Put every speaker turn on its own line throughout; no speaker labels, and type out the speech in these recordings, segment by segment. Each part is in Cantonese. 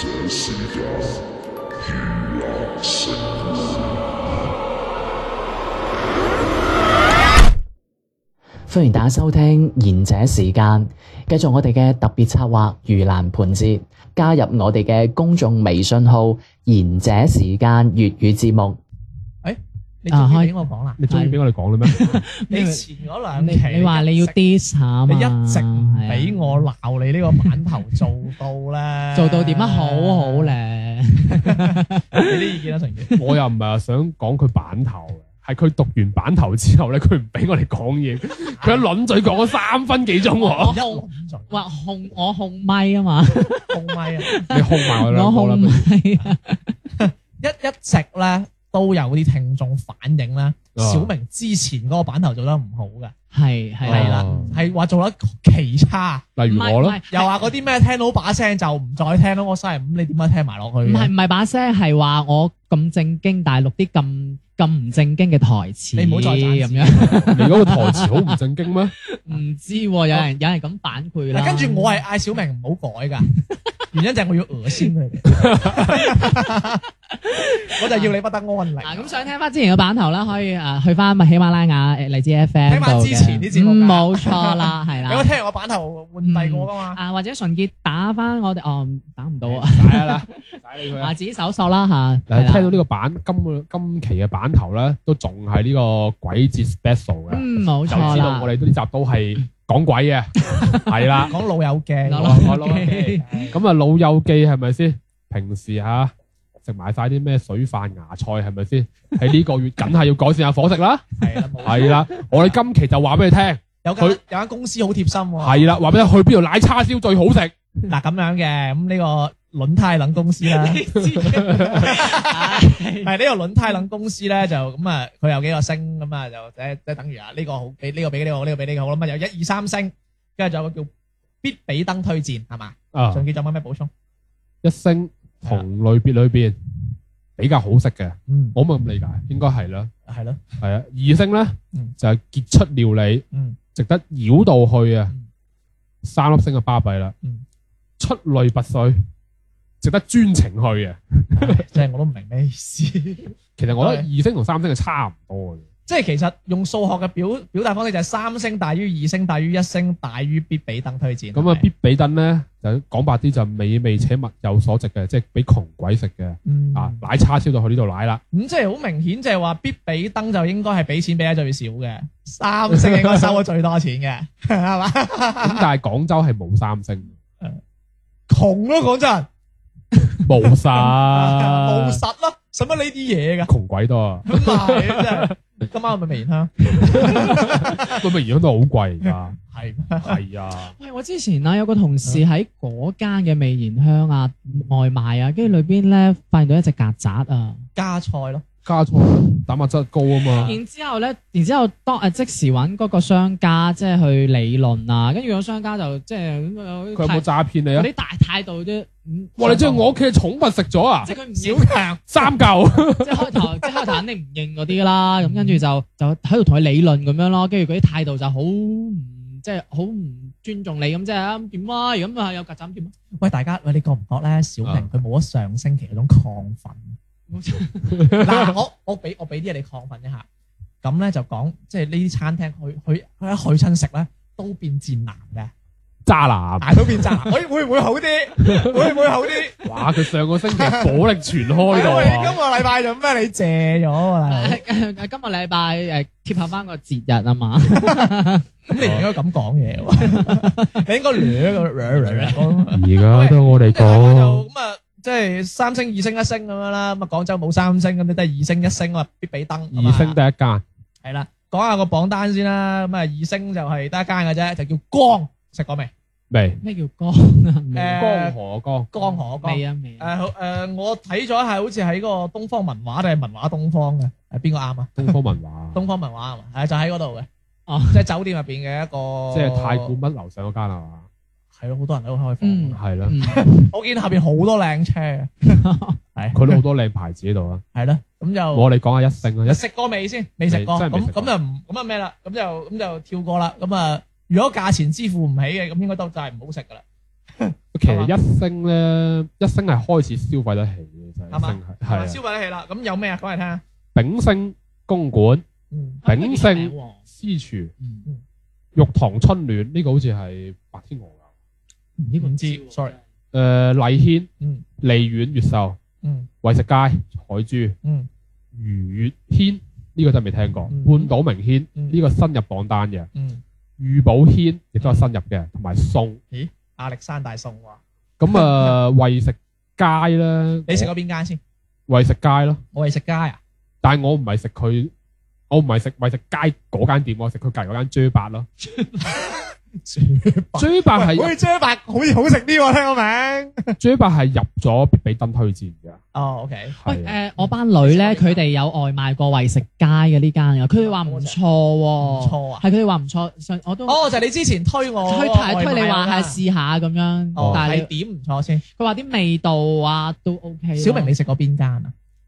Fantasida
歡迎大家收聽賢者時間，繼續我哋嘅特別策劃盂蘭盆節，加入我哋嘅公眾微信號賢者時間粵語節目。
你終
啊
於
開
俾我講啦！
你中意俾我哋講啦咩？
你
因為
前嗰兩
你
期
你話你要
啲，
diss 下啊
你
嘛，
一直唔俾
係
我鬧你呢個版頭做到
啊
咧，
做到點啊，好好。咧，
你啲意見啦，陳傑。
我又唔係話想講佢版頭嘅，係佢讀完版頭之後咧，佢唔俾我哋講嘢，佢一輪嘴講咗三分幾鐘
我
喎。
一諗盡
話控我控咪啊嘛，
公咪啊！
你控埋我
我
兩個啦
控咪，
一一直咧都有啲聽眾反映咧，
啊
小明之前嗰個版頭做得唔好嘅，
係係
係啦，係話做得奇差，
不如啊例
唔
如
係
我
唔
啦，
係
又話嗰啲咩聽到把聲就唔再聽到我聲，咁你點解聽埋落去
唔係
嘅？
唔係把聲係話我咁正經，大陸啲咁咁唔正經嘅台詞，
你唔好再
咁
賺錢
樣，
你嗰個台詞好唔正經 咩？
唔知喎，有人有人咁反饋啦，
跟住我
嗯
係嗌小明唔好改噶，原因就係我要惡先佢哋， 我就要你不得安寧。
啊，咁想聽翻之前嘅版頭啦，可以啊去翻喜馬拉雅誒荔枝 FM
聽返之前啲節目
度
㗎
嘅嗯冇錯啦，係
你有
啦，
聽我版頭換第個噶嘛？
啊或者純潔打翻我哋，哦打唔到啊，
解啦，解你佢
啊自己搜索啦嚇，
嗱，
係啦啊
聽到呢個版今個今期嘅版頭咧，都仲係呢個鬼節 special 嘅，
嗯冇
就
錯
知道
啦
我，哋呢集都係講鬼 嘅，係啦。啊
講老友記，
嗯
老
友
老友
記
記，
咁啊，老友記係咪先？平時吓、食埋晒啲咩水飯芽菜係 咪先？喺呢個月梗係要改善下伙食啦，
係啦，冇錯
係，啦。我哋今期就話俾你聽，
有間
佢
有間公司好貼心喎。
係啦，話俾你聽去邊度奶叉燒最好食。
嗱咁樣嘅，咁呢個輪胎冷公司 啦， 係呢個輪胎冷公司咧就咁啊，佢有幾個星咁啊，就即即等於啊呢個好俾呢個俾呢個好，呢個俾呢個好啦，咁啊有一二三星，跟住仲有個叫必比登推薦係嘛？
啊
仲，記仲有乜咩補充？
一星同類別裏邊比較好食嘅，
嗯，
我咪咁理解，應該係啦。
係咯，
係啊，二星咧
嗯
就係傑出料理，
嗯
值得繞道去啊
嗯。
三粒星就巴閉啦
嗯，
出類拔萃，值得專程去啊嘅。
唉真係我都唔明咩意思。
其實我覺得
係
二星同三星係差唔多嘅。
即係其實用數學嘅表表達方式就係三星大於二星大於一星大於必比登推薦。
咁
係
啊，
咪
必比登咧就講白啲就美味且物有所值嘅，即係俾窮鬼食嘅
嗯
啊！奶叉燒就去呢度奶 啦，
咁即係好明顯就係話必比登就應該係俾錢俾得最少嘅，三星應該收咗最多錢嘅，係嘛？
咁但係廣州係冇三星，
窮咯，講真，
冇 晒，
冇實咯，使乜呢啲嘢㗎？
窮鬼多啊！
啊咁係真係，今晚係咪微言香？
咁咪而家都好 貴㗎，
係咩
係啊，
喂，我之前啊有個同事喺嗰間嘅味然香啊外賣啊，跟住裏邊咧發現到一隻曱甴啊，
加菜咯，
加醋蛋白質高啊嘛，
然之後咧，然之後當誒即時揾嗰個商家即係去理論啊，跟住個商家就即係
佢有冇
嗰
詐騙你啊？
啲大態度啫，嗯
哇！你將我屋企嘅寵物食咗啊，
即係佢唔
小強
三嚿，
即係開頭，即係開頭肯定唔認嗰啲啦。咁跟住就就喺度同佢理論咁樣咯，跟住嗰啲態度就好唔即係好唔尊重你咁即係啊咁點啊？如果咁啊有曱甴點啊？
喂大家，喂你覺唔覺咧？小明佢冇咗上星期嗰種亢奮。
冇錯
嗱，我我俾我俾啲嘢你亢奮一下，咁咧就講即係呢啲餐廳去去佢一去親食咧，都變賤男嘅，
渣男！
啊大都變 渣男，會會唔會好啲？會唔會好啲？
哇！佢上個星期火力全開
係喂，你今
到啊，
個禮拜做咩？你借咗啊？
Ờ.
大佬
誒今個禮拜誒貼合翻個節日啊嘛，
咁你唔應該咁講嘢喎， 你應該掠個掠掠咁。
而家都我哋
即係大家
講
就。咁啊，即係三星、二星、一星咁樣啦。咁啊，廣州冇三星，咁你都係二星、一星啊，必比登。
二星得一間，
係啦，講下個榜單先啦。咁啊，二星就係得一間嘅啫，就叫光。食過未？
未？
咩叫光啊？
嗯
未啊
江
誒
河江。
江河江
未啊未啊
誒好誒，我睇咗係好似喺個東方文華定係文華東方嘅，係邊個啱啊？
東方文華，
東方文華係嘛？係就喺嗰度嘅，
哦
即係酒店入邊嘅一個，
即係太古乜樓上嗰間係嘛？
係咯，好多人都開
嗯
房。
係啦，
嗯
我見下邊好多靚車嘅， 係
佢都好多靚牌子喺度啊！
係啦，咁就
我哋講下一星啊，一
食
星
過未先？未食過，
真係未
咁
食過
咁就唔咁啊咩啦？咁就咁就跳過啦。咁啊，如果價錢支付唔起嘅，咁應該都就係唔好食噶啦。
其實一星咧，一星係開始消費得起嘅，就係
係
一
嘛
星係係啊
消費得起啦。咁有咩啊？講嚟聽下。
丙星公館、
嗯，
丙
炳
勝
勝喎
私廚、
嗯
玉堂春暖呢個好似係白天鵝㗎。
呢個
唔
知
知
喎
，sorry。
誒麗軒、
嗯
利苑越秀、
嗯
惠食街、海珠、
嗯
愉悅軒呢個真係未聽過。
嗯
半島明軒
嗯
呢個新入榜單嘅，
嗯，
御寶軒亦都係新入嘅，同埋餸。
亞歷山大送喎。
咁啊，惠食街咧，
你食過邊間先？
惠食街咯，
我係食街 啊。
但係我唔係食佢，我唔係食惠食街嗰間店，我食佢隔離嗰間 J 八咯。J 八
喂好
係
似張白好似好食啲喎，聽個名。
J 八係入咗必比登推薦嘅。
哦，OK。
喂，
係啊
誒，我班女
à.
咧，佢哋有外賣過為食街嘅呢間嘅，
Dạ,
佢哋話唔錯
唔
喎，
錯啊。
係佢哋話唔錯，上我都
哦，就係你之前推我
推
嗰個
推
外
推
賣
你
嗰
話
間
係試下咁樣，
哦，
但
係
係
點唔錯先？
佢話啲味道啊都 OK。
小明，你食過邊間啊？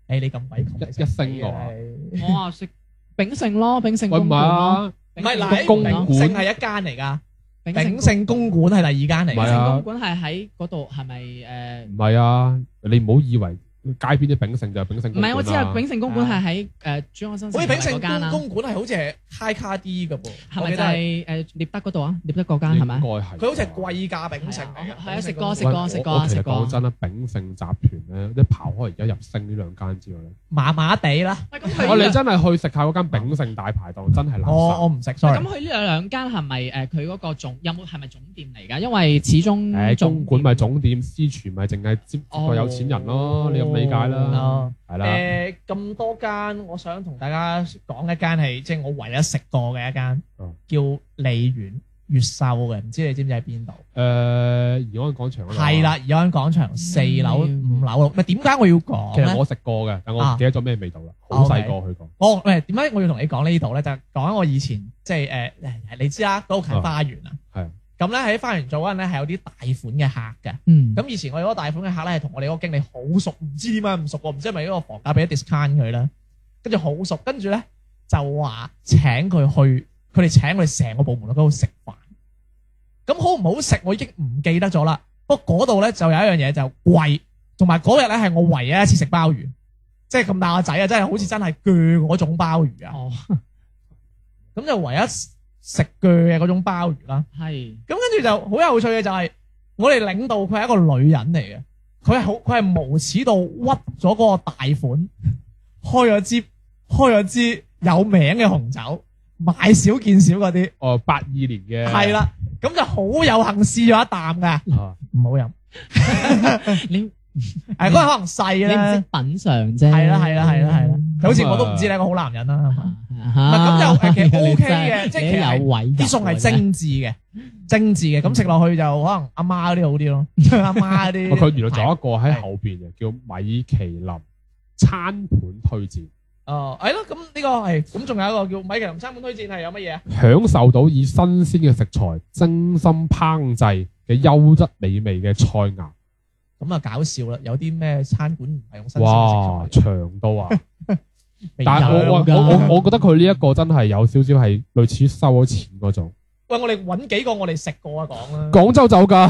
誒，你咁鬼窮，
一
你食
一星
嘅
我啊
係
我話食炳勝咯，炳勝
喂，唔
公
係
館咯，
啊，
唔係
個
嗱，
公
炳
館
勝係一間嚟㗎，
炳
炳
勝
勝公館係第二間嚟
唔係
㗎
啊。
公館係喺嗰度係咪誒？
唔係啊，你唔好以為街邊啲炳勝就係炳勝
唔
公
係，
館
我知啊，
啦
炳勝公館係喺誒珠江新城
好似炳勝
嗰間啦，
公公館係好似係 high 卡啲嘅噃，
係
我
咪
記得
就
係
係誒獵德嗰度啊？獵德嗰間係咪
應該？係
佢好似係貴價炳勝嚟嘅。
係啊
炳勝
食過
公館
食過
喂
食
我我其
食
實
過
講真啦，炳勝集團咧，即係刨開而家入升呢兩間之外咧，
麻麻地啦。
喂，咁
我哋
佢
真係去食下嗰間炳勝大排檔，真係垃
我我
圾。
唔食
咁
，sorry。
佢呢兩間係咪誒佢嗰個總有冇係咪總店嚟㗎？因為始終
嗯
誒，
總
公館咪總店，私廚咪淨係接
哦
個有錢人咯，你咁理解啦，
哦
係啦。
誒咁多間，我想同大家講一間係即係我唯一食過嘅一間
嗯，
叫利苑越秀嘅，唔知你知唔知喺邊度？
誒，怡安廣場嗰度啊
係，啦，怡安廣場四樓、
嗯
五樓六。咪點解我要講
其實
咧？
我食過嘅，但我
啊
唔記得咗咩味道啦，好
啊
細個去過。
我喂點解我要同你講呢度咧？就係講緊我以前即係誒，你知啦，嗰度近花園啊。
哦係。
咁咧喺花園做嗰陣咧係有啲大款嘅客嘅。
嗯
咁以前我哋嗰個大款嘅客咧係同我哋嗰個經理好熟，唔知點解唔熟喎，唔知係咪嗰個房價俾咗 discount 佢啦，跟住好熟，跟住咧就話請佢去，佢哋請我哋成個部門去嗰度食飯。咁好唔好食我已經唔記得咗啦。不過嗰度咧就有一樣嘢就貴，同埋嗰日咧係我唯一一次食鮑魚，即係咁大個仔啊，真係好似真係鋸嗰種鮑魚啊。
哦
咁就唯一食鋸嘅嗰種鮑魚啦。
係
咁跟住就好有趣嘅就係、我哋領導佢係一個女人嚟嘅，佢係好佢係無恥到屈咗嗰個大款，開咗支開咗支有名嘅紅酒，買少見少嗰啲，
哦，八二年嘅
係，啦，咁就好有幸試咗一啖嘅，
啊
唔好 飲，
你你唔
誒嗰個可能細
識
咧
品，嘗啫，
係啦係啦係啦係啦，就好似我都唔知你係
咁
一個好男人啦，係嘛？
啊，
咁就誒其實
你
OK
真係
嘅即係其實
你有位入
啲餸係
嘅
精緻嘅，精緻嘅，
嗯
咁食落去就可能阿媽嗰啲好啲咯， 阿媽嗰啲
哦
啊
喂佢原來仲有一個喺後邊嘅，叫米其林餐盤推薦，
哦，係咯，咁呢個係，咁仲有一個叫米其林三本推薦係有乜嘢啊？
享受到以新鮮嘅食材精心烹製嘅優質美味嘅菜肴。
咁啊搞笑啦，有啲咩餐館唔係用新鮮
哇，
嘅食材
長到啊！
未
但係
有？
我我
㗎
我我我覺得佢呢一個真係有少少係類似收咗錢嗰種。
喂，我哋揾幾個我哋食過啊講啦。
廣州酒 家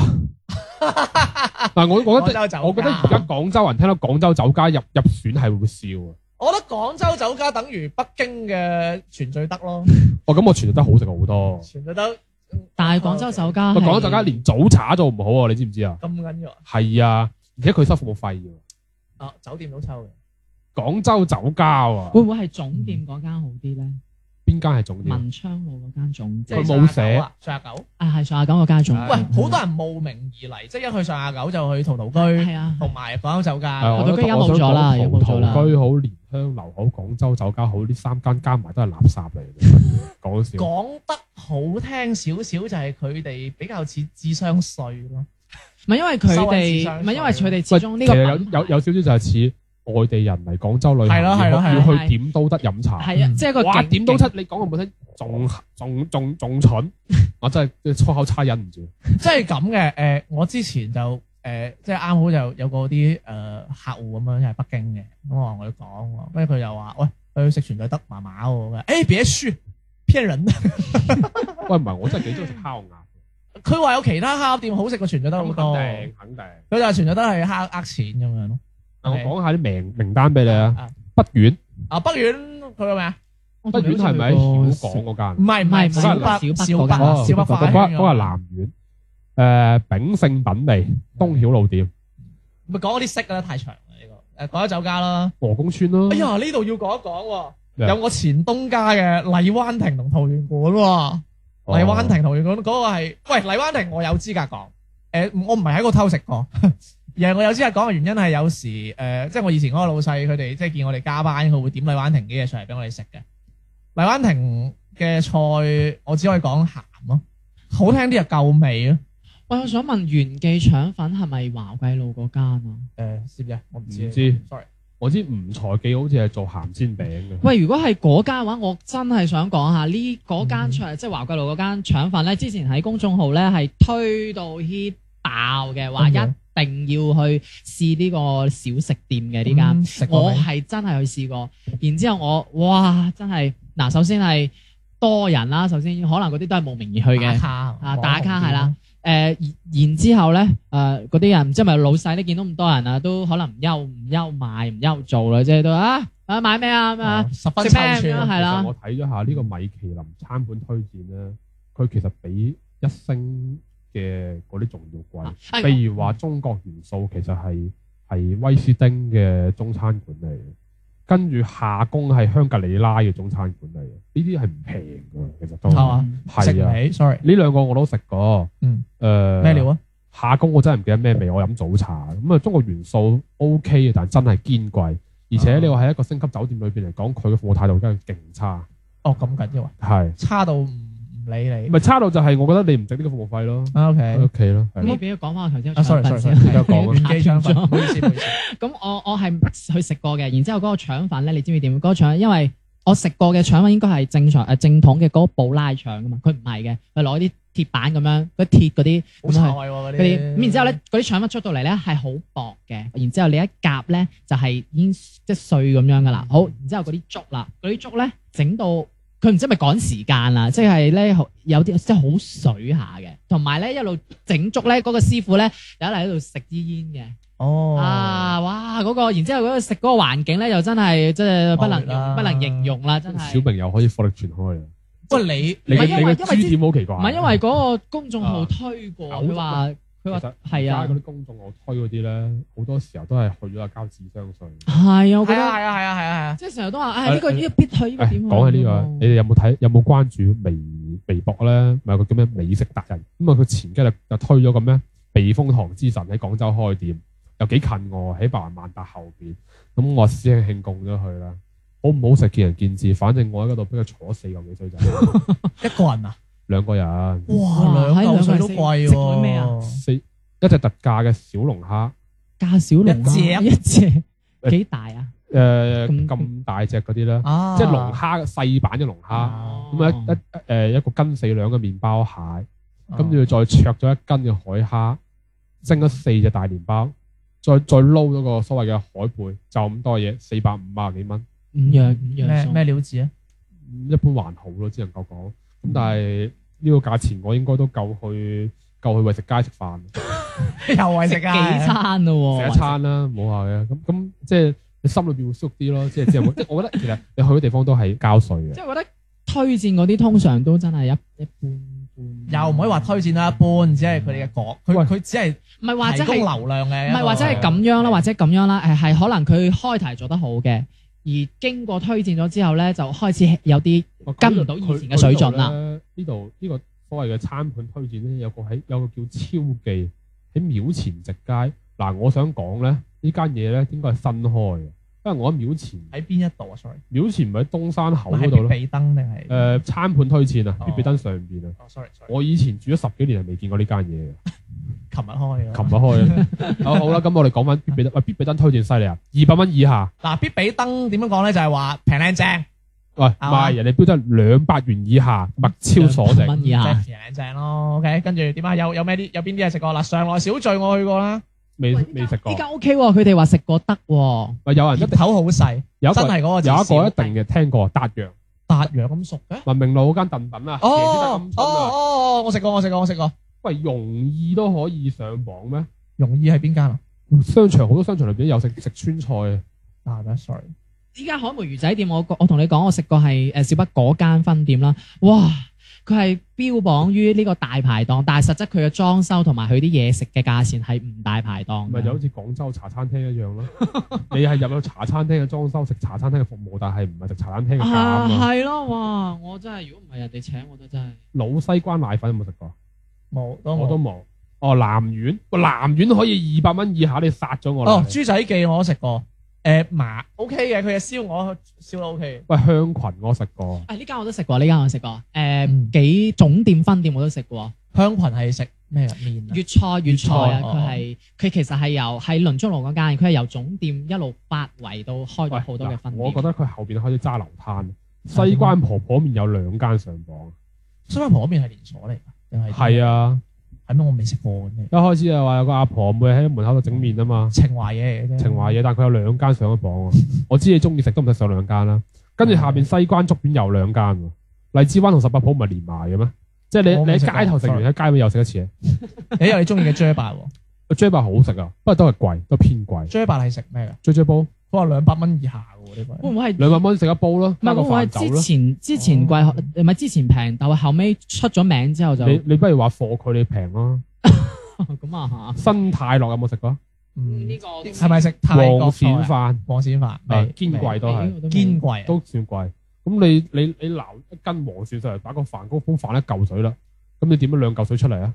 嗱，我我覺
廣州酒
得
家
我覺得而家廣州人聽到廣州酒家入入選係會笑啊！
我覺得廣州酒家等於北京嘅全聚德 咯，
哦，咁我全聚德好食好多。
全聚德。嗯
但係廣州酒家
喂，
係，
廣州酒家連早茶都唔好啊！你知唔知啊？
咁緊要啊
係啊，而且佢收服務費喎。
啊！酒店都抽嘅，
廣州酒家
會
喎，
唔會係總店嗰間好啲咧？
邊間係重點？
哦文昌路嗰間總
即
店
佢
係
冇
上下九啊，上下九。
啊，係上下九嗰間總
係
店。
喂，好多人慕名而嚟，即係一去上下九就去陶陶居，
係啊，
同埋廣州酒家。
係我覺
佢而
得
家
我
冇
想
咗
講
啦而家冇咗啦
陶陶居好、蓮香樓好、廣州酒家好，呢三間加埋都係垃圾嚟嘅。講笑，
講得好聽少少就係佢哋比較似智商税咯。
唔係因為佢
收緊時
哋，
尚
唔係因為佢哋
喂
始終
其
呢個
實有
品牌
有有少少就係似外地人嚟廣州旅行，
係咯係咯
要
係
要
咯
去點都得飲茶。
係啊，即係一個
嗯哇！
景
點都七，你講個本身仲仲仲仲蠢，我真係粗口差忍唔住。
即係咁嘅，誒、我之前就誒、即係啱好就有個啲誒、客戶咁樣係北京嘅，咁我同佢講喎，跟住佢又話：喂，去食全聚德麻 麻喎，誒、欸，別輸，騙人，
喂，唔係我真係幾中意食烤鴨嘅，
佢話有其他烤鴨店好食過全聚德好
咁
多，
肯定
佢
肯定。
就話全聚德係蝦呃錢咁樣咯。
我
OK
講下啲名名單俾你啊
啊，
北苑，
啊北苑佢個咩啊？
我
北
同你
苑係咪喺
好似去
曉
過
港
唔
嗰間？
係唔係
唔係
小
唔
北
係
小
小北嗰
北
間
小北
嗰
花
嗰
園
嗰係
嗰個
南苑，誒炳勝品味東曉路店，
咪講嗰啲色啊啦，太長啦呢個。誒講咗酒家啦。
鵝公村咯
哎。呀，呢度要講一講
嗯咩
喎，
啊
有我前東家嘅荔灣亭同桃園館喎。
哦
荔灣亭桃園館嗰個係，喂荔灣亭我有資格講，誒、我唔係喺嗰度偷食過， 而係我有資格講嘅原因係有時誒、即係我以前嗰個老細佢哋即係見我哋加班，佢會點荔灣亭嘅嘢上嚟俾我哋食嘅。荔灣亭嘅菜我只可以講鹹咯，好聽啲就夠味咯。
喂，我想問袁記腸粉係咪華貴路嗰間啊？
誒，知唔知啊？我唔知。
唔知
Sorry。
我知吳財記好似係做鹹煎餅嘅，
喂，如果係嗰間嘅話，我真係想講下呢嗰間
嗯
腸，即係華貴路嗰間腸粉咧，之前喺公眾號咧係推到 hit 爆嘅，話一
Okay
定要去試呢個小食店嘅呢間。
嗯食過
我
未
係真係去試過，然之後我哇真係嗱，首先係多人啦，首先可能嗰啲都係慕名而去嘅
打。卡
啊打卡係啦。誒、然呃然之後咧，誒嗰啲人唔知係咪老細咧，見到咁多人啊，都可能唔憂唔憂買唔憂做啦，即係都啊啊買咩啊咁啊
啊，十分
食
臭
咩咁樣
串。
係
其實
啦，
我睇咗下呢個米其林餐盤推薦咧，佢其實比一星嘅嗰啲仲要
哦
貴。
啊哎
譬如話中國元素其實係係威斯汀嘅中餐館嚟嘅，跟住夏宮係香格里拉嘅中餐館嚟嘅，呢啲係唔平㗎，其實都
係嘛食
係啊。
味，sorry。
呢兩個我都食過，
嗯，
誒
咩料啊？
夏宮我真係唔記得咩味，我飲早茶咁啊。中國元素 O K 嘅，但真係堅貴，而且你話喺一個星級酒店裏邊嚟講，佢嘅服務態度真係勁差，
哦，咁緊要啊！
係
差到唔唔理你。
咪差到就係我覺得你唔值呢個服務費咯，
O
喺
K，
屋企咯。係
你俾佢講翻我頭先
啊
嘅
，sorry
腸粉
sorry
先
sorry，
繼續講啊
原機腸粉，
打
唔
斷
好意思，唔好意思。
咁我我係去食過嘅，然之後嗰個腸粉咧，你知唔知點？嗰、個腸因為我食過嘅腸粉應該係正常誒、呃正統嘅嗰個布拉腸噶嘛，佢唔係嘅，佢攞啲鐵板咁樣，嗰鐵嗰啲
好
咁
菜
樣去
喎嗰啲。
嗰啲，咁然之後咧，，嗰啲腸粉出到嚟咧係好薄嘅，然之後你一夾咧就係、已經即係碎咁樣噶
嗯
啦。好，然之後嗰啲粥啦，嗰啲粥咧整到佢唔知係咪趕時間啦，即係咧好有啲即係好水下嘅，同埋咧一路整粥咧嗰、個師傅咧有一嚟喺度食支煙嘅，
哦，
啊哇嗰、個，然之後嗰個食嗰個環境咧又真係即係不能
惡劣啦
用不能形容啦，真
小
係。
明又可以火力全開啦。啊
喂你
你嘅你
唔係因為
嘅
因為之
知點好奇怪，
唔係因為嗰個公眾號
啊
推過，
嘔
佢話佢
其
話
實而
係
家
啊
嗰，啲公眾號推嗰啲咧，好多時候都係去咗交智商税。
係啊，我覺
係
得
啊。係啊係啊係啊
即係成日都話，唉、
誒
呢、個
誒
呢、個必去，呢、個
誒
點啊去
哎講起呢個
喎，
你哋有冇睇有冇關注微微博咧？咪有個叫咩美食達人咁啊？佢前幾日就推咗個咩避風塘之神喺廣州開店，又幾近我喺白雲萬達後邊。咁我師兄慶供咗佢啦，好唔好食見仁見智。反正我喺嗰度俾佢坐四嚿幾水仔，
係啊，一個人啊，
兩個人
哇
哇
兩嚿水
喺兩個人
都貴
食咗咩啊
喎。
四一隻特價嘅小龍蝦，
價小龍蝦
一
一隻幾大啊？
誒
咁
呃咁大隻嗰啲啦，
啊，
即係龍蝦細版嘅龍蝦。
啊
咁啊一一誒一個斤四兩嘅麵包蟹。跟住再灼咗一斤嘅海蝦，蒸咗四隻大連包，再再撈咗個所謂嘅海貝，就咁多嘢，四百五啊幾蚊，
五樣五樣
咩
餸
咩料子啊？
一般還好咯，只能夠講。咁但係呢個價錢，我應該都夠去夠去為食街食飯，
又係食
食幾
啊？
餐咯
食
喎，
一餐啦，冇話嘅。咁咁即係你心裏邊會舒服啲咯，即係即係即係我覺得其實你去嘅地方都係交税嘅
即。係我覺得推薦嗰啲通常都真係一一般般，
又唔可以話推薦啦，一般只係佢哋嘅角，佢
喂
佢只係
唔係或
提
者
供
係
流量啊嘅
唔
一個。
係或者係咁樣啦，或者咁樣啦，誒係可能佢開題做得好嘅，而經過推薦咗之後咧，就開始有啲
哇
跟唔到以前嘅水準啦。
哦佢呢度呢個所謂嘅餐盤推薦咧，有個喺有個叫超記喺廟前直街。嗱，我想講咧，呢間嘢咧應該係新開嘅，因為我喺廟前，
喺邊一度啊？sorry，
廟前咪喺東山口
係
嗰度咯。誒、
避燈定係？
餐盤推薦啊，
哦
必比登上邊啊，
哦，sorry，sorry，
我以前住咗十幾年係未見過呢間嘢嘅。
琴日開嘅。
琴日開嘅，好好啦，咁我哋講翻必比登，喂，必比登推薦犀利啊，二百蚊以下，
嗱，必比登點樣講咧？就係話平靚正，
喂，唔
係嘛
係人哋標得兩百元以下，物超所值。
蚊以
即
下
係。平靚正咯。OK，跟住點啊？有有咩啲？有邊啲嘢食過？嗱，上來小聚我去過啦，
未
喂
未食過
呢，間 OK 喎，佢哋話食過得喎，
喂，有人一
碟
定
頭好細，
有一個
真係嗰個字
有
小
一個一定嘅聽過，達陽
達陽咁熟嘅。
文明路嗰間燉品啊，椰子
哦
蛋咁
哦
春啊，
哦，我食過，我食過，我食過。
喂，容易都可以上榜咩？
容易喺邊間啊？
商場好多商場裏邊有食食川菜嘅，
啊係咩？sorry，
依家海梅魚仔店，我我同你講，我食過係誒小北嗰間分店啦，哇！佢係標榜於呢個大排檔，但係實質佢嘅裝修同埋佢啲嘢食嘅價錢係唔大排檔
啊咪
㗎。
就好似廣州茶餐廳一樣咯。你係入咗茶餐廳嘅裝修，食茶餐廳嘅服務，但係唔係食茶餐廳嘅價
啊，
啊嘛。
係咯，哇！我真係如果唔係人哋請我都真係。
老西關奶粉有冇食過？
冇都
我都
冇。
冇。哦，南苑，喂，南苑可以二百蚊以下，你殺咗我啦！
哦，
你
豬仔記我都食過，誒麻 OK 嘅，佢嘅燒鵝燒得 OK。
喂，香群我食過，
啊！呢間我都食過，呢間我食過。誒、
嗯
幾總店分店我都食過。
香群係食咩啊面啊？
粵菜粵菜啊，
粵菜
佢
哦
係佢其實係由喺倫中路嗰間，佢係由總店一路發圍到開
喂
咗好多嘅分
嗱
店。
我覺得佢後邊開始揸流攤。西關婆婆面有兩間上榜，
西灣婆嗰邊係連鎖嚟㗎，定係
係
啊？
啊，
係咩？我未食過嘅咩？
一開始就話有個阿婆每日喺門口度整面啊嘛，
情懷嘢嚟嘅啫。
情懷嘢，但佢有兩間上咗榜喎。我知你中意食都唔使上兩間啦。跟住下邊西關竹苑有兩間喎，荔枝灣同十八鋪唔係連埋嘅咩？即係你
我
你
冇食過
喺街頭食完喺街尾又食一次啊！
你有你中意嘅 J 八喎
個 j a b 好食啊，不過都係貴，都偏貴。
，J 八係食咩㗎？嗯
j j 煲
佢話兩百蚊以下嘅喎呢個
會。唔會係
兩百蚊食一煲咯，
唔
加
係
個
會唔會
飯
係
酒
之
啦。
前之前貴，呃唔係之前平，但係後尾出咗名之後就
你你不如話貨佢你平咯。
咁啊
新泰樂有冇食過？
嚇。
嗯
呢，個
係咪食泰
黃
國菜
鱔
啊？
飯
黃鱔飯
啊
未
堅貴都係
都
堅貴啊
都算貴。咁你你你撈一斤黃鱔上嚟打個飯高煲飯一嚿水啦，咁你點咗兩嚿水出嚟啊？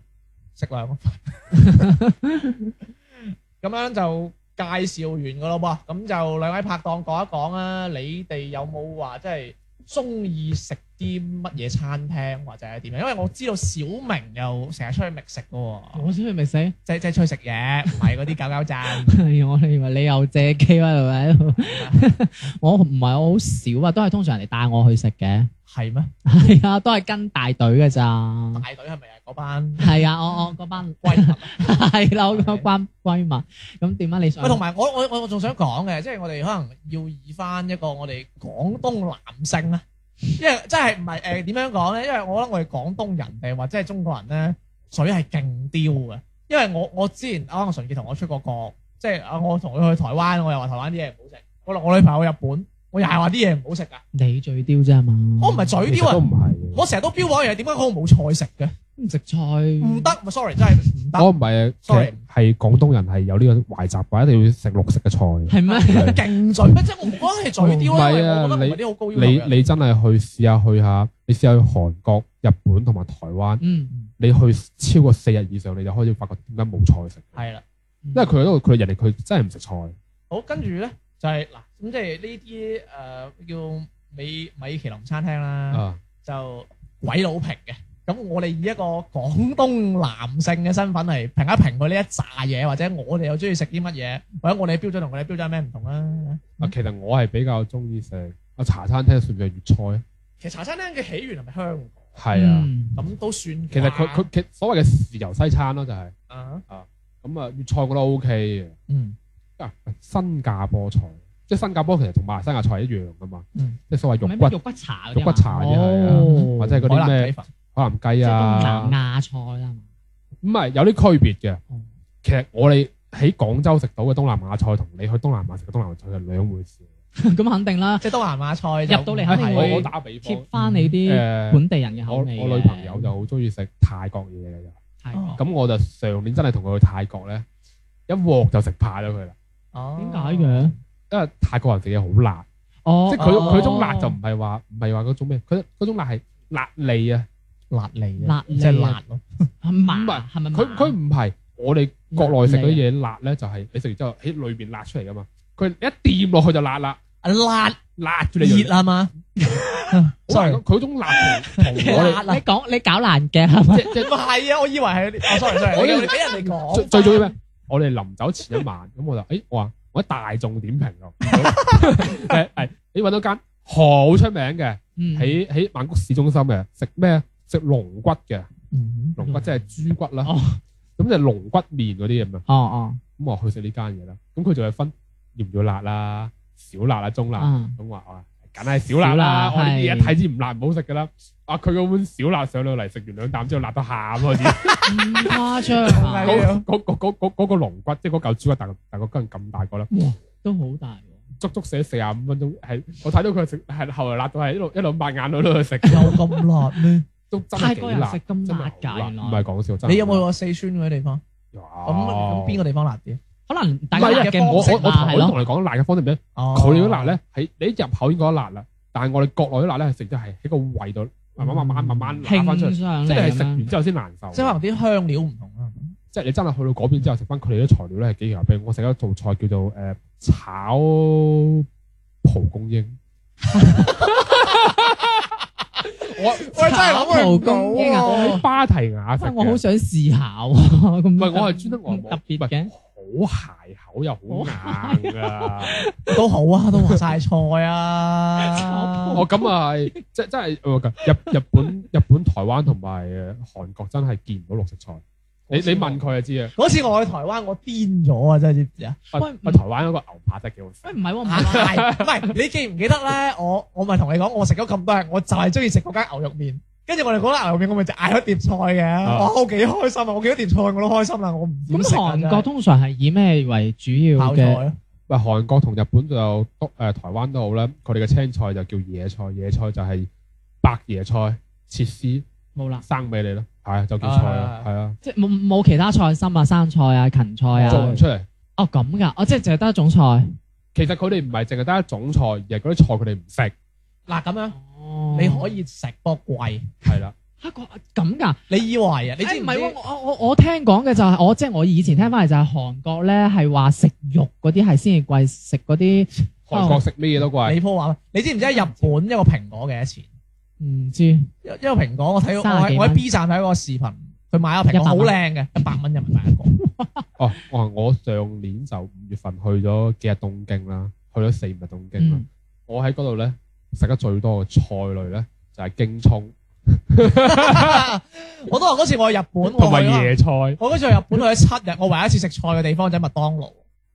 食兩個飯， 咁樣就介紹完噶咯噃。咁就兩位拍檔講一講啊，你哋有冇話即係中意食啲乜嘢餐廳或者係點樣？因為我知道小明又成日出去覓食嘅喎，
我先去咪死，
即係即係出去食嘢，唔係嗰啲搞搞震。
係我以為你又借機喺度喺度， 我唔係我好少啊，都係通常人哋帶我去食嘅，
係咩？
係啊，都係跟大隊嘅咋。
大隊係咪啊？嗰班
係啊，我 我嗰班
威物啊
係啦，我嗰班閨蜜。咁點啊？你想
喂，同埋我我我我仲想講嘅，即係我哋可能要以翻一個我哋廣東男性啦，因為真係唔係誒點樣講咧？因為我覺得我哋廣東人誒或者係中國人咧，水係勁刁嘅。因為我我之前啱啱純潔同我出過國，即係啊我同佢去台灣，我又話台灣啲嘢唔好食。我我女朋友去日本，我又係話啲嘢唔好食㗎。
你最刁啫嘛？
我唔係嘴刁
其實
啊，
都唔係
我成日都標榜一樣嘢，點解嗰度冇菜食嘅？
唔食菜，
唔
唔
得，咪 sorry，真係唔
嘅，
得，
我唔係啊，其
Sorry
實係廣東人係有呢個壞習慣，一定要食綠色嘅 菜。
係咩？
勁嘴，即係我唔覺得係嘴刁啦，因為我覺得
唔係啊
我唔係啲好高要求嘅人
你你真係去試下去下，你試下去韓國、日本同埋台灣，
嗯，
你去超過四日以上，你就開始發覺點解冇菜食，
係啦。
因
因為佢嗰度佢人哋佢真係唔食菜。
好，跟住咧就係、嗱，咁即係呢啲誒叫美米其林餐廳啦，
嗯
啊，
就鬼佬評嘅。咁我哋以一個廣東男性嘅身份嚟評一評佢呢一紮嘢，或者我哋又中意食啲乜嘢，或者我哋嘅標準同佢哋標準有咩唔同啦。
啊，其實我係比較中意食啊茶餐廳算唔算係粵菜啊？
其實茶餐廳嘅起源係咪香
係啊，
嗯
港？咁都算。
其實佢佢其所謂嘅豉油西餐咯，就係
啊，
咁啊，粵菜我覺得 O K
嗯，
嘅。啊，新加坡菜，即係新加坡其實同馬來西亞菜一樣噶嘛，
嗯
即係所
肉
謂肉
骨
骨
肉骨茶嗰啲啊
肉骨茶啲係啊，
哦
或者係嗰
海
啲
南雞
咩
飯
海南
即
雞
係
啊
東，南亞菜啦嘛。
唔係有啲區別嘅
哦。
其實我哋喺廣州食到嘅東南亞菜，同你去東南亞食嘅東南亞菜係兩回事。
咁肯定啦，
即係東南亞菜就
入到嚟肯定
唔係
會
我我打比方
貼，翻你啲
誒，
本地人嘅
我
口
我
味嘅。啊
女朋友就好中意食泰國嘢嘅。
係
哦
咁我就上年真係同佢去泰國咧，一鑊就食怕咗佢啦，
哦
點解嘅？
因為泰國人食嘢好辣，
哦，
即係佢
哦
佢種辣就唔係話唔係話嗰種咩，佢嗰種辣係辣脷啊，
辣嚟嘅
辣
即係
嚟啊
辣咯。
係
唔
麻
係
係咪麻？
佢佢唔係我哋國內食嗰啲嘢辣咧，就係你食完之後喺裏邊辣出嚟噶嘛，佢一掂落去就辣啦，
辣
辣住你
熱
就
啊 嘛
好難
，sorry
講。佢嗰種辣同同我哋
辣
你講你搞爛嘅係咪？
即即
唔係啊，我以為係你哦，sorry sorry，
我以為
你俾人哋
最
講
最重要咩？我哋臨走前一晚，咁我就誒我話我喺大眾點評 度，誒係你揾到間好出名嘅。
嗯
喺喺曼谷市中心嘅，食咩？啊食龍骨嘅，
嗯
龍骨即係豬骨啦
哦。
咁就龍骨面嗰啲咁樣，咁
哦哦
我去食呢間嘢啦。咁佢就係分要唔要辣啦、少辣啦、中辣。
啊
咁我話啊，梗係少辣啦，
少辣
我呢啲嘢
係
一睇知唔辣唔好食噶啦。啊佢嗰碗小辣上到嚟，食完兩啖之後辣到喊嗰啲，
唔誇張啊，
係啊
嗰嗰嗰嗰嗰嗰個龍骨，即係嗰嚿豬骨大大個根咁大個啦，
哇，都好大喎。
足足食咗四十五分鐘，係我睇到佢食係後來辣到係一路一路抹眼淚喺度食，
有咁辣 咩？
都真
泰
係幾
國人
辣
食，
真
咁
係好
辣
辣
㗎，原
唔係
來
講笑，真係
你有冇去
好辣？
過四川嗰啲地方？
哦
咁咁邊個
有
地方辣啲？
可能大
唔
家
係
辣
啊
嘅
我
方式
我我
嘛，
同
係
我
咯，
同你講辣嘅方式咩？
哦
佢哋嗰辣咧，喺你一入口已經覺得辣啦，但係我哋國內啲辣咧係食得係喺個胃度慢慢慢慢慢慢揦翻出
興
嚟，
上
即係
嚟咁
食完
樣。
之後先難受。
即係可能啲香料唔同啊啦，係咪
即係你真係去到嗰邊之後食翻佢哋啲材料咧係幾樣，譬如我食咗道菜叫做誒炒蒲公 英。我
喂真係諗
蒲
唔到
公英啊！
喺芭提雅食
哇
嘅，
我好想試下喎，咁
唔係我係專登外
特別嘅，
好鞋口又好硬 㗎。
哦
都好啊，都話晒菜啊，
哦，咁啊係，即即係呃日日本、日本、台灣同埋呃韓國真係見唔到綠色菜。你你問佢就知啊。
嗰次我去台灣，我癲咗啊！真係知唔知啊？
啊
喂
啊台灣嗰個牛扒真係幾好食
喂，。唔係喎，唔係喎
唔係你記唔記得咧？我我咪同你講，我食咗咁多日，我就係中意食嗰間牛肉麵。跟住我哋嗰間牛肉麵，我咪就嗌咗碟菜嘅。
啊
哇我幾開心啊！我幾多碟菜我都開心啦，我唔
咁
點食啊
韓國通常係以咩為主
真係
要
泡菜
嘅？
啊
喂，韓國同日本就都誒台灣都好啦，佢哋嘅青菜就叫野菜，野菜就係白椰菜切絲
冇啦，
生俾你咯，係啊就叫菜啦
啊，
係啊，
即係冇冇其他菜心啊、生菜啊、芹菜
做唔
啊。
出嚟。
哦，咁㗎，哦，即係淨係得一種菜。
其實佢哋唔係淨係得一種菜，而係嗰啲菜佢哋唔食，
嗱咁樣，
哦
你可以食不過貴，
係啦。
嚇個咁㗎？
你以為啊？你知
誒
唔
唔係
知
喎？？我我我聽講嘅就係我即係我以前聽翻嚟就係韓國咧係話食肉嗰啲係先至貴，食嗰啲
哦
韓國食咩嘢都貴，
你鋪話，你知唔知喺日本一個蘋果幾多錢？
唔知
一一個蘋果，我睇到我
30幾
喺
蚊
我喺 B 站睇嗰個視頻，佢買個蘋果好靚嘅，一百蚊人民幣一 個。
哦，我我上年就五月份去咗幾日東京啦，去咗四五日東京啦。
嗯
我喺嗰度咧食得最多嘅菜類咧就係京葱
我都話嗰次我去日本，啊我去
同埋
咗
椰菜。
我嗰次去日本去咗七日，我唯一一次食菜嘅地方就喺麥當勞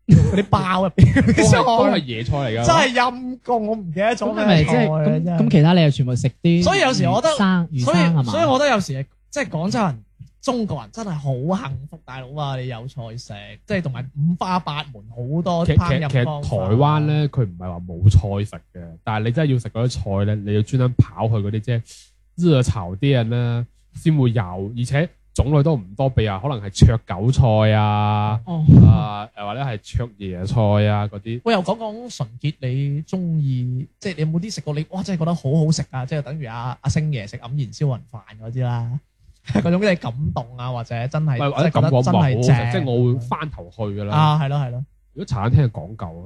嗰啲包入邊 嗰
都係都係
啲
椰菜嚟
菜，
㗎，
真係陰公，我唔記得咗
咁
咩
係咪即
菜
係
啊
咁
真係
咁其他你又全部食啲？
所以有時我覺得
生魚
所以
生係嘛？
所以我覺得有時即係廣州人、中國人真係好幸福，大佬啊！你有菜食，即係同埋五花八門好多
其
烹
其
飪
其實
方法
台灣，咧，佢唔係話冇菜食嘅，但係你真係要食嗰啲菜咧，你要專登跑去嗰啲即係熱炒店咧，先會有，而且種類都唔多，譬如話可能係灼韭菜啊，
哦
啊誒或者係灼椰菜啊嗰啲，
喂，又講講純潔，你中意即係你有冇啲食過你哇？真係覺得好好食啊！即係等於阿阿星爺食黯然銷魂飯嗰啲啦， 嗰種你感動啊，或者真係
喂
即
或者
係覺
感
得
覺
真
唔係好好食，
係正，
即係我會翻頭去㗎啦。
啊，係咯係咯，
如果茶餐廳係講究啊，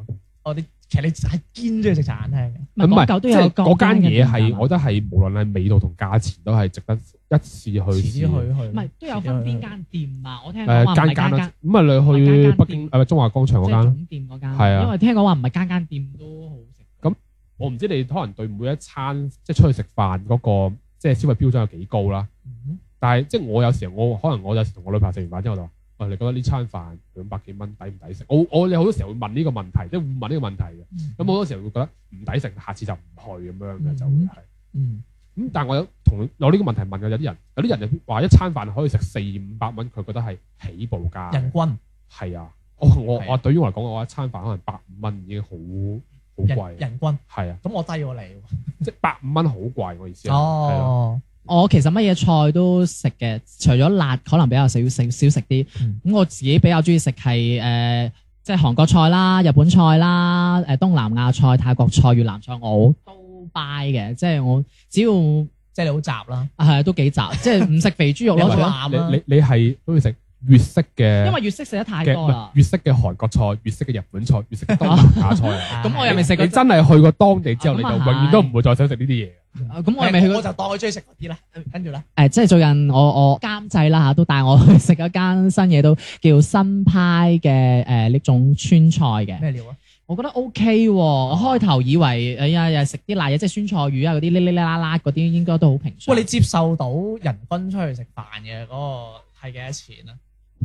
我哋其實你係堅中意食茶餐廳嘅，
唔係
唔
廣
係
州
即
都有
係嗰
間
間嘢
係
係，我覺得係無論係味道同價錢都係值得一次去
遲啲去
試嘅。
去。
唔係都有分邊間店啊？我聽講話
誒間
唔係
間
間
啦，
間
咁啊你
唔係間
去
間
北
店
京誒中華廣場
即
嗰間。
係總店嗰間，
係啊
因為聽講話唔係間間店都好食。
我唔知你可能對每一餐即係出去食飯嗰、個即係消費標準有幾高啦。
嗯
但係即係我有時候我可能我有時同我女朋友食完飯之後我就話：，喂、你覺得呢餐飯兩百幾蚊抵唔抵食？我我有好多時候會問呢個問題，即係會問呢個問題嘅。咁好多時候會覺得唔抵食，下次就唔去咁樣嘅就會係。
嗯，
咁但係我有同有呢個問題問嘅有啲人，有啲人就話一餐飯可以食四五百蚊，佢覺得係起步價。
人均
係啊，我我
係啊
我對於我嚟講，我一餐飯可能百五蚊已經好好
人
貴，
人均，
係啊，
咁我低過你
即係百五蚊好貴，我意思
喎。
係。係啊
哦，
我其實乜嘢菜都食嘅，除咗辣可能比較少食少食啲。咁、
嗯
我自己比較中意食係誒，即係韓國菜啦、日本菜啦、誒、呃東南亞菜、泰國菜、越南菜，我都 buy 嘅。即係我只要係、
即係你好雜啦。
啊都幾雜，即係唔食肥豬肉
你
咯
話。
仲
啱啊
你你你係都要食粵式嘅，
因為粵式食得太
嘅唔
多
係
啦，
粵式嘅韓國菜、粵式嘅日本菜、粵式 嘅東南亞菜啊。
咁我又未食
你
過
真係去過當地之後，
啊
你就
咁
永
啊係
遠都唔會再想食呢啲嘢。
啊咁我又未去
誒
過
我就當佢中意食嗰啲啦。跟住咧，
誒，即係最近我我監製啦嚇，都帶我去食一間新嘢，都叫新派嘅誒呢種川菜嘅。
咩料啊？
我覺得 O K 喎，我開頭以為哎呀又係食啲辣嘢，即係酸菜魚啊嗰啲哩哩啦啦嗰啲，應該都好平常。
喂，你接受到人均出去食飯嘅嗰個係幾多錢啊？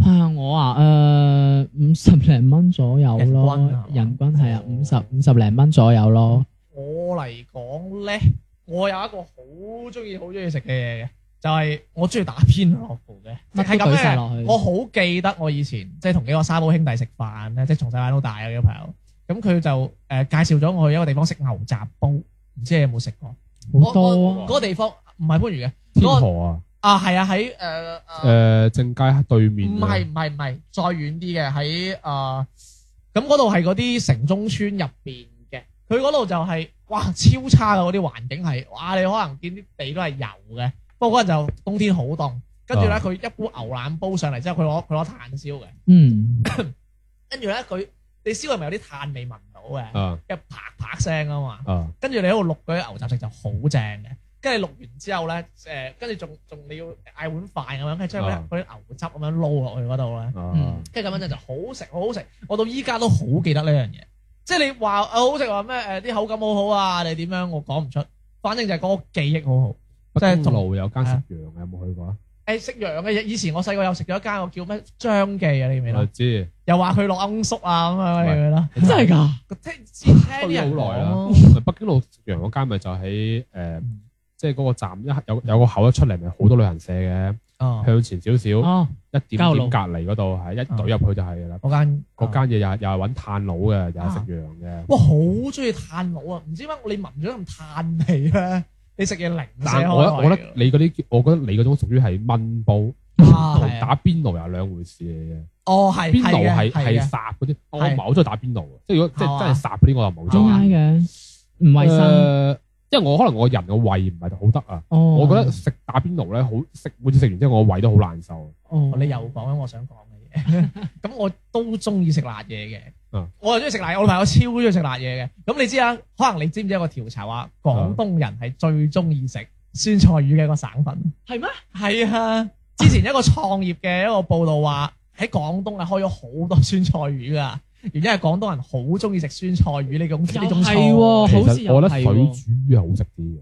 啊我啊誒五十零蚊左右
人均
咯
啊，
人均係
哦
啊五十五十零蚊左右咯。
我嚟講咧，我有一個好中意、好中意食嘅嘢嘅，就係我中意打邊落糊嘅，
乜
係
都
咁
懟
嘅。
晒落去。
我好記得我以前即係同幾個沙煲兄弟食飯咧，即係從細玩到大嘅啲朋友。咁佢就誒、介紹咗我去一個地方食牛雜煲，唔知你有冇食過？
好多啊
嗰個地方唔係番禺嘅，
天
嗰個
河啊，
啊係啊喺誒誒
诶正街對面
唔
啊，
係唔係唔係，再遠啲嘅喺誒咁嗰度係嗰啲城中村入邊嘅，佢嗰度就係、哇超差啊嘅嗰啲環境係，哇你可能見啲地都係油嘅，不過嗰陣就冬天好凍，跟住咧
啊
佢一煲牛腩煲上嚟之後，佢攞佢攞炭燒嘅，
嗯，
跟住咧佢你燒係咪有啲炭味聞到嘅，
啊
跟住啪啪聲啊嘛。
啊
跟住你喺度淥嗰啲牛雜食就好正嘅。跟住淥完之後咧，誒，跟住仲仲你要嗌碗飯咁樣，跟住將嗰啲
啊
嗰啲牛汁咁樣撈落去嗰度咧，
啊
嗯，
跟住咁樣就好食，好好食。我到依家都好記得呢樣嘢。即係你話啊好食話咩誒啲口感好好啊，你點樣我講唔出，反正就係嗰個記憶好好。即係
北
同
京路有間食羊嘅，有冇去過啊？
誒食羊嘅嘢，以前我細個有食咗一間，我叫咩張記啊，你記唔記
我
得？
知，
又話佢落罌粟啊咁樣，你記唔記得？
真係㗎，
聽先聽啲人
都好耐啦
講，
北京路食羊嗰間咪就喺诶，即係嗰個站一有有個口一出嚟，咪好多旅行社嘅，
啊
向前少少。
哦，
一點
交流
點隔離嗰度係一懟入去就係㗎啦。
嗰間
嗰間嘢又係又係揾炭佬嘅，又係
啊
食羊嘅。
哇，好中意炭佬啊！唔知點解你聞咗咁炭味咧，你食嘢零舍
但
開
我
胃啊
覺得我覺得
㗎
你嗰啲，我覺得你嗰種屬於係燜煲，
啊
同
係啊
打邊爐又係兩回事嚟
哦係
嘅。邊爐
係
係係
嘅
烚嗰啲，我
係
唔係好中意打邊爐嘅，即係如果即
係
係
嘛
真係烚嗰啲我就冇
點
中
解
意。
嘅？唔衞生。
誒因為我可能我人嘅胃唔係好得啊，
哦，
呃我覺得食打邊爐咧，好食每次食完之後我個胃都好難受。
哦，
你又講緊我想講嘅 嘢，咁我都中意食辣嘢嘅
嗯，
我又中意食辣嘢，我女朋友超中意食辣嘢嘅。咁你知啊？可能你知唔知有個調查話廣東人係最中意食酸菜魚嘅一個省份？
係咩？
係啊，之前一個創業嘅一個報道話喺廣東係開咗好多酸菜魚㗎，原因係廣東人好中意食酸菜魚呢種呢種
又係
菜。
喎
其
好似
實我覺得
又
水
係喎
煮魚係好食啲嘅，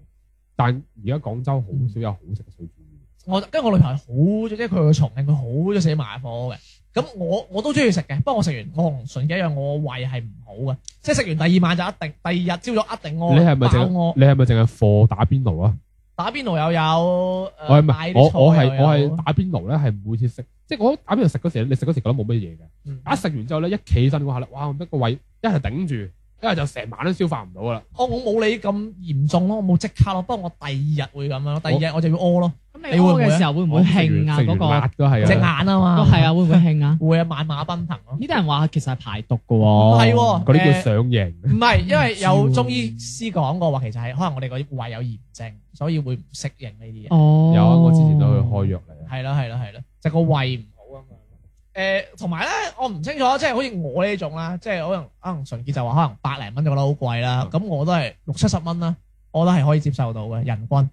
但而家廣州好少有好食嘅水煮魚。
我跟住我女朋友好中，即係佢去重慶，佢好中意食麻辣火鍋嘅。咁我我都中意食嘅，不過我食完我同純嘅一樣，我胃係唔好嘅，即係食完第二晚就一定，第二日朝早一定屙，
你係咪
爆
淨
屙？
你係咪淨係貨打邊爐啊？
打邊爐又有，
我係
誒買
咪
啲
我
菜
我係
又有
我係打邊爐咧，係每次食，即係我打邊爐食嗰時，你食嗰時覺得冇乜嘢嘅，
嗯
一食完之後咧，一企起身嗰下咧，哇！我得個胃一係頂住，一係就成晚都消化唔到噶啦。
哦我我冇你咁嚴重咯，我冇即刻咯，不過我第二日會咁樣咯，第二日我就要屙咯，
咁
你
你
會唔
屙
會啊
嘅時候會唔會興啊？
食完
嗰
食完辣
個
都係
隻眼
啊，
啊嘛，
係啊，，會唔會興啊？
會啊，萬馬奔騰咯，
呢啲人話其實係排毒嘅
唔
喎。
係喎
哦嗰啲叫
誒
上型。
唔係，因為有
唔知喎
中醫師講過話，其實係可能我哋個胃有炎症，所以會唔適應呢啲嘢。
哦，
有啊，我之前都去開藥嚟啊。
係啦係啦係啦，就個胃唔好啊嘛。誒，同埋咧，我唔清楚，即係好似我呢種啦，即係可能可能純潔就話可能百零蚊就覺得好貴啦，
嗯
咁我都係六七十蚊啦，我都係可以接受到嘅，人均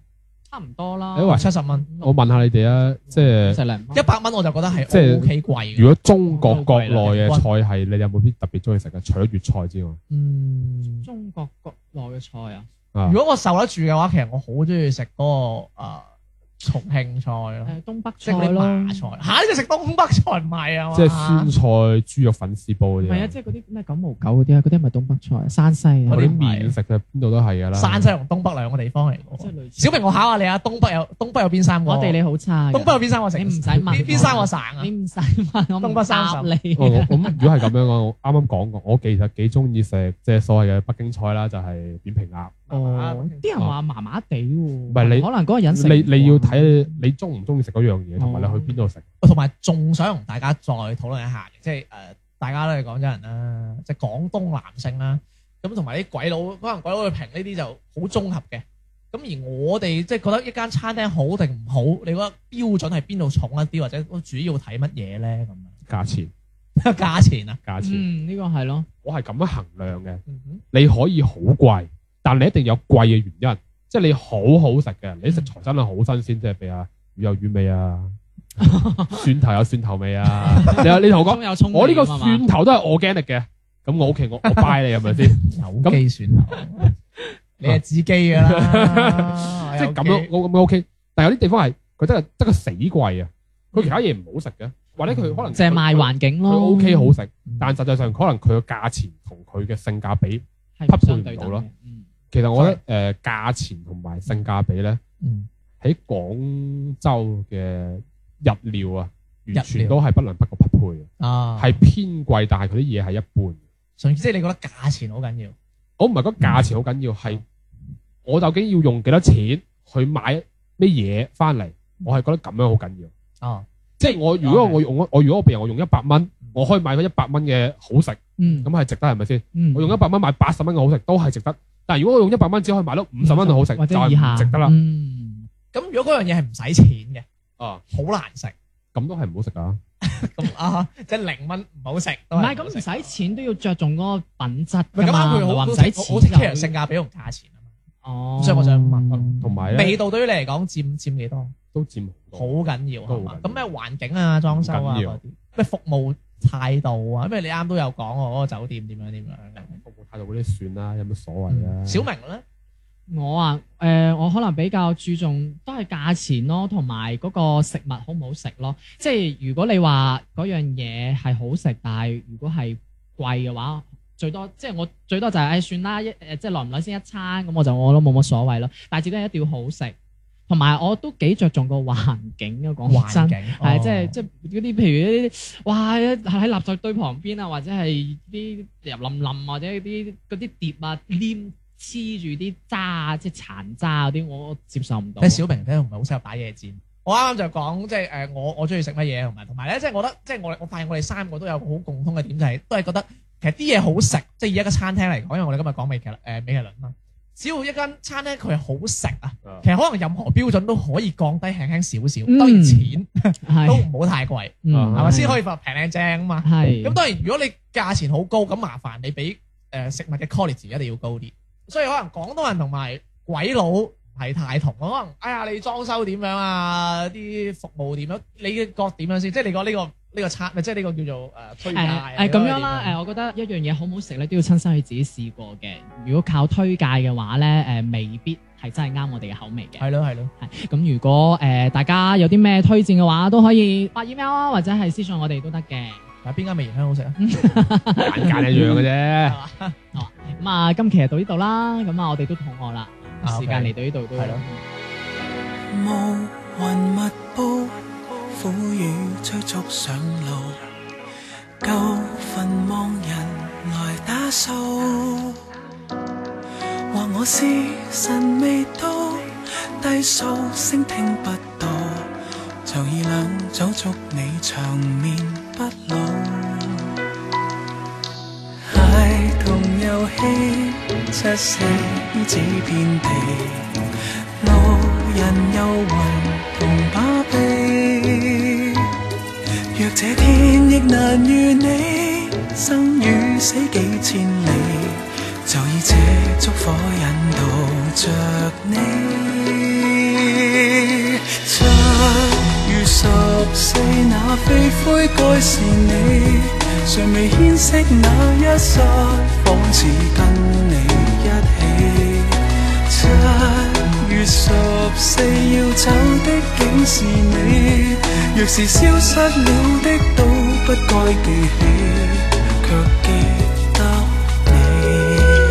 差唔多啦。
你
六
話
七十蚊，
我問下你哋啊，即係
十零蚊
一百蚊我就覺得係
即係
O K 貴嘅。
如果中
啊
國國內嘅菜係，你有冇啲特別中意食嘅？啊除咗粵菜之外，
嗯，
中國國內嘅菜啊，
啊
如，果我受得住嘅話，其實我好中意食嗰個誒重慶菜咯，
誒東北
即係嗰
嗯菜
啲
咯，
麻菜嚇，你就食東北菜唔係啊嘛？
即係酸菜豬肉粉絲煲嗰
唔係啊，
啲啊，
即係嗰啲咩九毛九嗰啲啊，嗰啲係咪東北菜？山西啊，
嗰
嗰
啲
唔係
麵食嘅邊度都係㗎啦。
山西同東北兩個地方嚟嘅
即係
喎。
類似。
小明，我考下你啊，東北有東北有邊三個？啊
我地理好差嘅。
東北有邊三個城？
哎你唔使問
邊
我
邊三個省啊
你？唔使問我，
東北三
唔答你。
哦我咁如果係咁樣嘅，我啱啱講過，我其實幾中意食即係所謂嘅北京菜啦，就係扁平鴨。
哦，啲人話麻麻地喎，唔
係你
可能嗰個人食哦
你
唔慣
你要睇你中唔中意食嗰樣嘢，同埋你去邊度食。
同埋仲想同大家再討論一下嘅，即係誒、呃大家都係廣州人啦，即係廣東男性啦，咁同埋啲鬼佬，可能鬼佬去評呢啲就好綜合嘅。咁而我哋即係覺得一間餐廳好定唔好，你覺得標準係邊度重一啊啲，或者主要睇乜嘢咧？咁
價錢
樣價錢啊，
價錢，
嗯，呢個係咯，
我係咁樣衡量嘅。
嗯哼
你可以好貴，但你一定有貴嘅原因，即係你好好食嘅，你食材真係好新鮮，即係譬如啊魚有魚味 啊，蒜頭有蒜頭味啊。你話你同我講，
葱有葱味
我呢個
啊嘛
蒜頭都係 organic 嘅，咁我 OK，我我 buy 你係咪 先？
有機選頭，啊你係自己㗎啦， 哎
即係咁
有
樣，
機。
我咁樣 OK。但係有啲地方係佢真係得個死貴啊，佢其他嘢唔好食嘅，或者佢可能
就係賣環境
佢
咯。
OK 好食
嗯，
但實際上可能佢嘅價錢同佢嘅性價比匹
係
配
相
唔
對
到
等
咯
嘅。嗯
其實我覺得誒呃價錢同埋性價比咧，
嗯，
喺廣州嘅日料啊，完
日
全
料
都係不能不過匹配嘅，
啊，
係偏貴，但係佢啲嘢係一般。
純即係你覺得價錢好緊要，
我唔係講價錢好緊要，係我究竟要用幾多錢去買咩嘢翻嚟，我係覺得咁樣好緊要。
哦，
即係我如果我用我我如果我譬如我用一百蚊，我可以買到一百蚊嘅好食，
嗯
咁係值得係咪先？
嗯
我用一百蚊買八十蚊嘅好食都係值得，但係如果我用一百蚊只可以買到五十蚊嘅好食，
或
就
者
係
以下
唔值得啦。
嗯，
咁如果嗰樣嘢係唔使錢嘅，
啊，
好難食，
咁都係唔好食㗎。
咁啊，即係零蚊唔好食，
唔
都係
係咁唔使錢都要着重嗰個品質
唔係
㗎
咁
嘛，
啱
唔
佢
係
好
話唔
好
使錢
好 care
就
性價比同價錢啊嘛，
哦，
所以我想問咯
同埋咧
味道對於你嚟講佔佔幾多？
都佔
好
好多。
緊要係嘛？咁
都好
咩
緊要
環境啊、裝修啊
唔緊要
嗰啲，咩服務態度啊，因為你啱都有講喎，嗰個酒店點樣點樣嘅。
服務態度嗰啲算啦，有乜所謂啊？
嗯小明咧，
我啊，誒、我可能比較注重都係價錢咯，同埋嗰個食物好唔好食咯。即係如果你話嗰樣嘢係好食，但係如果係貴嘅話，最多即係我最多就係、唉算啦，一誒即係耐唔耐先一餐，咁我就我都冇乜所謂咯。但係至緊一定要好食，同埋我都幾着重個環境嘅講
環
真。
境
係即係
係
即係嗰啲，譬如嗰啲，哇喺垃圾堆旁邊啊，或者係啲油冧冧啊或者啲嗰啲碟啊黏黐住啲渣啊，即係殘渣嗰啲，我我接受唔到。
你小明咧唔係好適合打野戰。我啱啱就講即係誒，我我中意食乜嘢，同埋同埋咧，即係我覺得即係我我發現我哋三個都有個好共通嘅點，就係都係覺得其實啲嘢好食，即係以一個餐廳嚟講，因為我哋今日講美劇誒美劇論嘛，只要一間餐廳佢係好食啊，
啊
其實可能任何標準都可以降低輕輕少少，
嗯
當然錢都
係
唔好太貴。
嗯
係
係咪先可以話平靚正啊嘛？
係
咁當然，如果你價錢好高，咁麻煩你俾誒、呃食物嘅 quality 一定要高啲。所以可能廣東人同埋鬼佬唔係太同，可能哎呀你裝修點樣啊？啲服務點樣？你嘅覺點樣先？即係你講呢、個呢、個餐，即係呢個叫做誒、呃推介
誒誒咁樣啦，誒我覺得一樣嘢好唔好食咧，都要親身去自己試過嘅。如果靠推介嘅話咧，誒未必係真係啱我哋嘅口味嘅。
係咯係咯，
咁如果誒大家有啲咩推薦嘅話，都可以發 email 啊，或者係私信我哋都得嘅。
但係邊間味型香好食啊？
眼界一樣嘅啫。
咁啊，今期就到呢度啦，咁啊，我哋都肚餓啦，
啊
時間嚟到呢度都
係咯
雾云密布，苦雨催促上路，旧坟望人来打扫。话我是神未到，低诉声听不到，就以两手祝你长眠不老。孩童遊戲，七色於此遍地。老人有魂同把臂，若這天亦難遇你，生與死幾千里，就以這燭火引導着你。七月十四那飛灰該是你，尚未牽識那一剎，仿似跟你一起。七月十四要走的竟是你，若是消失了的都不該記起，卻記得你。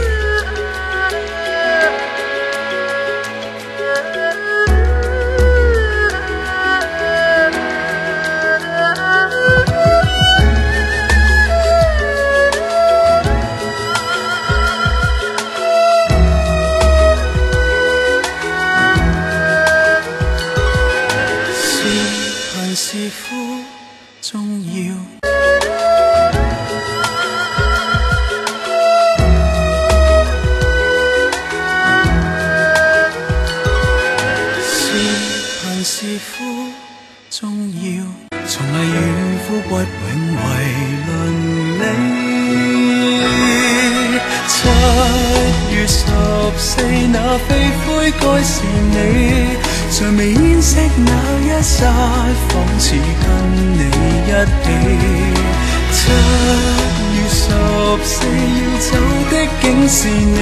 是贫是富，重要。是贫是富，重要。從藝與富貴永為倫理。七月十四那飛灰該是你，尚未掩飾那一剎，仿似跟你一起。七月十四要走的竟是你，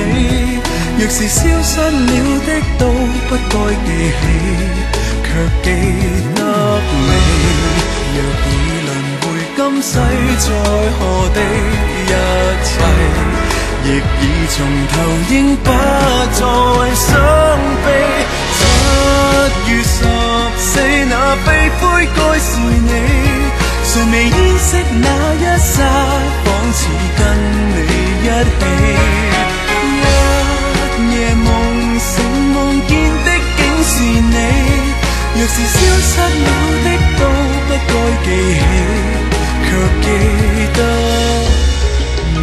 若是消失了的都不該記起。卻記得你。若已輪迴今世，在何地？一切亦已從頭應不再傷悲。七月十四那悲灰該是你，誰未掩飾那一剎，仿似跟你一起。一夜夢醒夢見的竟是你。若是消失了的都不該記起，卻記得你。